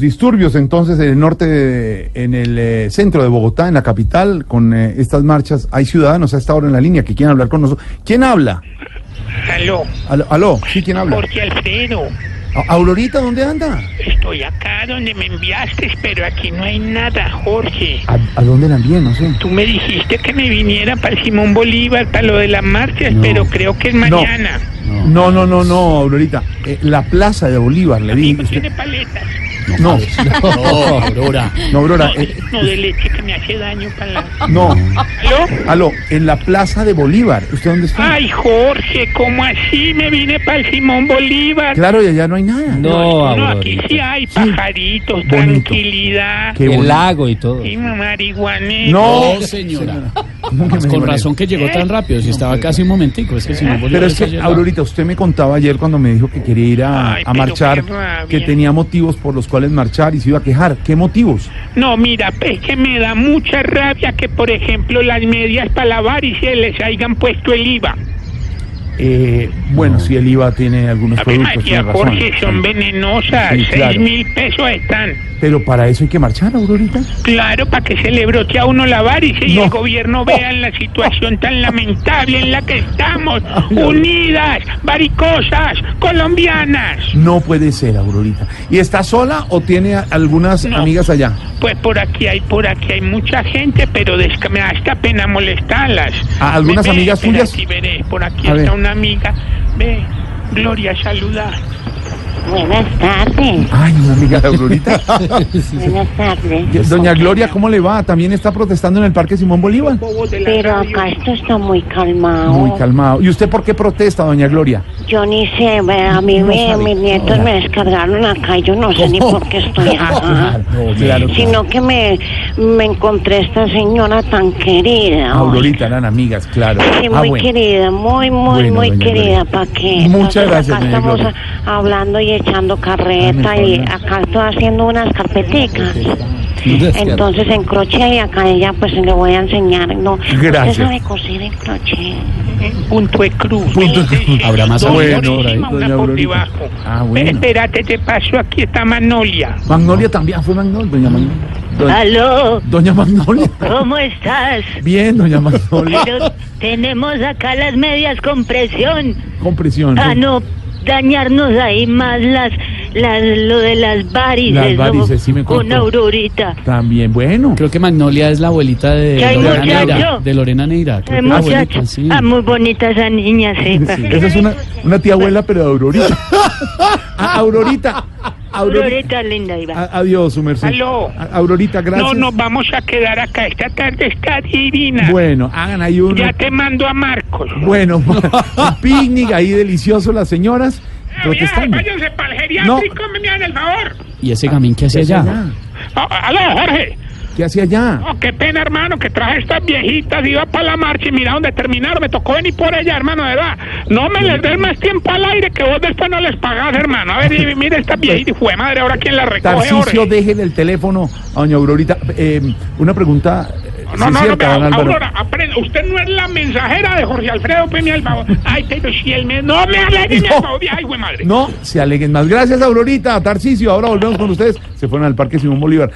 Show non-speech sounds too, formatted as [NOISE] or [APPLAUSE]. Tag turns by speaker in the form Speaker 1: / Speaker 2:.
Speaker 1: Disturbios entonces en el norte, de- en el eh, centro de Bogotá, en la capital, con eh, estas marchas. Hay ciudadanos a esta hora en la línea que quieren hablar con nosotros. ¿Quién habla?
Speaker 2: Aló,
Speaker 1: Al- Aló, sí, ¿quién habla?
Speaker 2: Jorge Alfredo,
Speaker 1: A- ¿Aurorita dónde anda?
Speaker 2: estoy acá donde me enviaste, pero aquí no hay nada, Jorge.
Speaker 1: ¿A, a dónde la envían? No sé.
Speaker 2: Tú me dijiste que me viniera para el Simón Bolívar, para lo de las marchas,
Speaker 1: No.
Speaker 2: pero creo que es
Speaker 1: No.
Speaker 2: mañana.
Speaker 1: No, no, no, no, Aurorita. Eh, la plaza de Bolívar, le
Speaker 2: Y
Speaker 1: dije.
Speaker 2: no tiene paletas.
Speaker 1: No, [LAUGHS]
Speaker 3: No, Oh, Aurora.
Speaker 1: no, Aurora.
Speaker 2: No,
Speaker 1: eh,
Speaker 2: no de leche que me hace daño para la...
Speaker 1: no,
Speaker 2: ¿Aló?
Speaker 1: aló, en la plaza de Bolívar. ¿Usted dónde está?
Speaker 2: Ay, Jorge, ¿cómo así me vine para el Simón Bolívar?
Speaker 1: Claro, y allá no hay nada.
Speaker 3: No,
Speaker 2: No, aquí sí
Speaker 3: Aurora.
Speaker 2: hay pajaritos,
Speaker 1: Bonito.
Speaker 2: tranquilidad,
Speaker 1: Qué bonito.
Speaker 3: El lago y todo.
Speaker 2: y marihuanero.
Speaker 1: No,
Speaker 3: No, señora.
Speaker 1: ¿Cómo que me
Speaker 3: Con
Speaker 1: demoré?
Speaker 3: razón que llegó tan rápido. Si estaba casi un momentico. Es que si no volvió
Speaker 1: pues, eh, Pero es
Speaker 3: ayer
Speaker 1: que,
Speaker 3: la-
Speaker 1: Aurorita, usted me contaba ayer cuando me dijo que quería ir a,
Speaker 2: Ay,
Speaker 1: a
Speaker 2: pero
Speaker 1: marchar,
Speaker 2: qué rabia.
Speaker 1: que tenía motivos por los cuales marchar y se iba a quejar. ¿Qué motivos?
Speaker 2: No, mira, es que me da mucha rabia que, por ejemplo, las medias para lavar y se les hayan puesto el IVA.
Speaker 1: Eh, bueno, si el IVA tiene algunos
Speaker 2: A ver,
Speaker 1: productos,
Speaker 2: María
Speaker 1: pues tiene
Speaker 2: Jorge, son
Speaker 1: razón.
Speaker 2: venenosas,
Speaker 1: Sí, claro.
Speaker 2: seis mil pesos están.
Speaker 1: Pero para eso hay que marchar, Aurorita.
Speaker 2: Claro, para que se le brote a uno lavar y se y
Speaker 1: No.
Speaker 2: el gobierno vea la situación tan lamentable en la que estamos, unidas, varicosas, colombianas.
Speaker 1: No puede ser, Aurorita. ¿Y está sola o tiene a- algunas
Speaker 2: No.
Speaker 1: amigas allá?
Speaker 2: Pues por aquí hay, por aquí hay mucha gente, pero es que me da hasta pena molestarlas.
Speaker 1: ¿A algunas
Speaker 2: Ve, ve,
Speaker 1: amigas
Speaker 2: espera,
Speaker 1: suyas?
Speaker 2: sí, veré, por aquí
Speaker 1: A ver.
Speaker 2: está una amiga. Ve, Gloria, saluda.
Speaker 4: Buenas tardes,
Speaker 1: Ay, una amiga de
Speaker 2: [LAUGHS]
Speaker 1: Aurorita.
Speaker 4: buenas tardes.
Speaker 1: Doña Gloria, ¿cómo le va? ¿También está protestando en el Parque Simón Bolívar?
Speaker 2: Bobo de la
Speaker 4: Pero
Speaker 2: radio.
Speaker 4: acá esto está muy calmado.
Speaker 1: Muy calmado. ¿Y usted por qué protesta, doña Gloria?
Speaker 4: Yo ni sé, ve, a mí me- mis nietos me descargaron acá, y yo no sé ni por qué estoy
Speaker 2: Ah,
Speaker 4: acá.
Speaker 1: [LAUGHS] Claro, claro.
Speaker 4: Sino que me, me encontré esta señora tan querida.
Speaker 1: Aurorita eran amigas, claro.
Speaker 4: Sí,
Speaker 1: Ah,
Speaker 4: muy
Speaker 1: bueno.
Speaker 4: querida, muy, muy,
Speaker 1: Bueno,
Speaker 4: muy
Speaker 1: doña Gloria.
Speaker 4: querida, ¿para qué?
Speaker 1: Muchas
Speaker 4: Entonces,
Speaker 1: gracias,
Speaker 4: Acá
Speaker 1: doña
Speaker 4: estamos
Speaker 1: Gloria.
Speaker 4: a- hablando y echando
Speaker 1: Ah,
Speaker 4: carreta
Speaker 1: me
Speaker 4: y
Speaker 1: parece.
Speaker 4: acá estoy haciendo unas carpeticas. Entonces en crochet y acá ella pues le voy a enseñar. No,
Speaker 1: Gracias.
Speaker 4: Usted sabe coser en crochet.
Speaker 2: En Punto de cruz.
Speaker 1: Punto de
Speaker 2: Sí,
Speaker 1: cruz.
Speaker 2: sí,
Speaker 3: Habrá más
Speaker 2: dos por
Speaker 1: Bueno,
Speaker 2: encima,
Speaker 1: ahí,
Speaker 2: una
Speaker 1: doña
Speaker 2: por
Speaker 1: Aurorita.
Speaker 2: debajo.
Speaker 1: Ah,
Speaker 2: Ve, [LAUGHS]
Speaker 1: bueno.
Speaker 2: espérate, te paso, aquí está Manolia.
Speaker 1: Magnolia también Ah, fue Magnolia, doña Magnolia. Doña,
Speaker 5: Aló,
Speaker 1: doña Magnolia.
Speaker 5: ¿cómo estás?
Speaker 1: Bien, doña Magnolia.
Speaker 5: Pero tenemos acá las medias con presión
Speaker 1: Con presión.
Speaker 5: para Ah, no dañarnos ahí más las, las lo de las varices,
Speaker 1: Las
Speaker 5: ¿no?
Speaker 1: varices, sí me
Speaker 5: con
Speaker 1: contó.
Speaker 5: aurorita.
Speaker 1: También, bueno.
Speaker 3: Creo que Magnolia es la abuelita de
Speaker 5: ¿Qué hay,
Speaker 3: Lorena
Speaker 5: muchacho?
Speaker 3: Neira. De Lorena Neira. Creo que
Speaker 5: Ay,
Speaker 3: es la
Speaker 5: muchacho,
Speaker 3: abuelita, sí.
Speaker 5: ah, muy bonita esa niña, sí.
Speaker 1: Sí, Esa es una, una tía abuela, pero de Aurorita. Ah, Aurorita. Aurorita. Ah,
Speaker 5: Aurorita linda, Iván.
Speaker 1: A- adiós, su merced.
Speaker 2: Aló.
Speaker 1: A- Aurorita, gracias.
Speaker 2: No nos vamos a quedar acá. Esta tarde está divina.
Speaker 1: Bueno, hagan ahí uno.
Speaker 2: Ya te mando a Marcos. [LAUGHS]
Speaker 1: Bueno, un picnic ahí delicioso las señoras
Speaker 2: Ay,
Speaker 1: protestando.
Speaker 2: váyanse para el geriátrico, me hagan el favor.
Speaker 3: ¿Y ese gamín que hace
Speaker 1: ¿Qué hacía
Speaker 3: allá?
Speaker 1: allá?
Speaker 2: Oh, aló, Jorge.
Speaker 1: ¿Qué hacía allá?
Speaker 2: Oh, qué pena, hermano, que traje estas viejitas, iba para la marcha y mira dónde terminaron. Me tocó venir por ella, hermano, de verdad. No me les des más tiempo al aire que vos después no les pagás, hermano. A ver, y mira
Speaker 1: [LAUGHS]
Speaker 2: estas viejitas, hijo de madre, ahora quién la recoge,
Speaker 1: Tarcicio,
Speaker 2: Jorge.
Speaker 1: déjele el teléfono a doña Aurorita. Eh, una pregunta. eh, sí
Speaker 2: No,
Speaker 1: es
Speaker 2: no, no,
Speaker 1: cierta,
Speaker 2: vea,
Speaker 1: don Álvaro.
Speaker 2: Aurora, aprenda. Usted no es la mensajera de Jorge Alfredo Peña Alvaro. Ay, pero si él me. No me hable de
Speaker 1: [LAUGHS]
Speaker 2: mi
Speaker 1: No.
Speaker 2: alfabet- ay, hijo de madre.
Speaker 1: No, se aleguen más. Gracias, Aurorita, Tarcicio. Ahora volvemos con ustedes. Se fueron al Parque Simón Bolívar.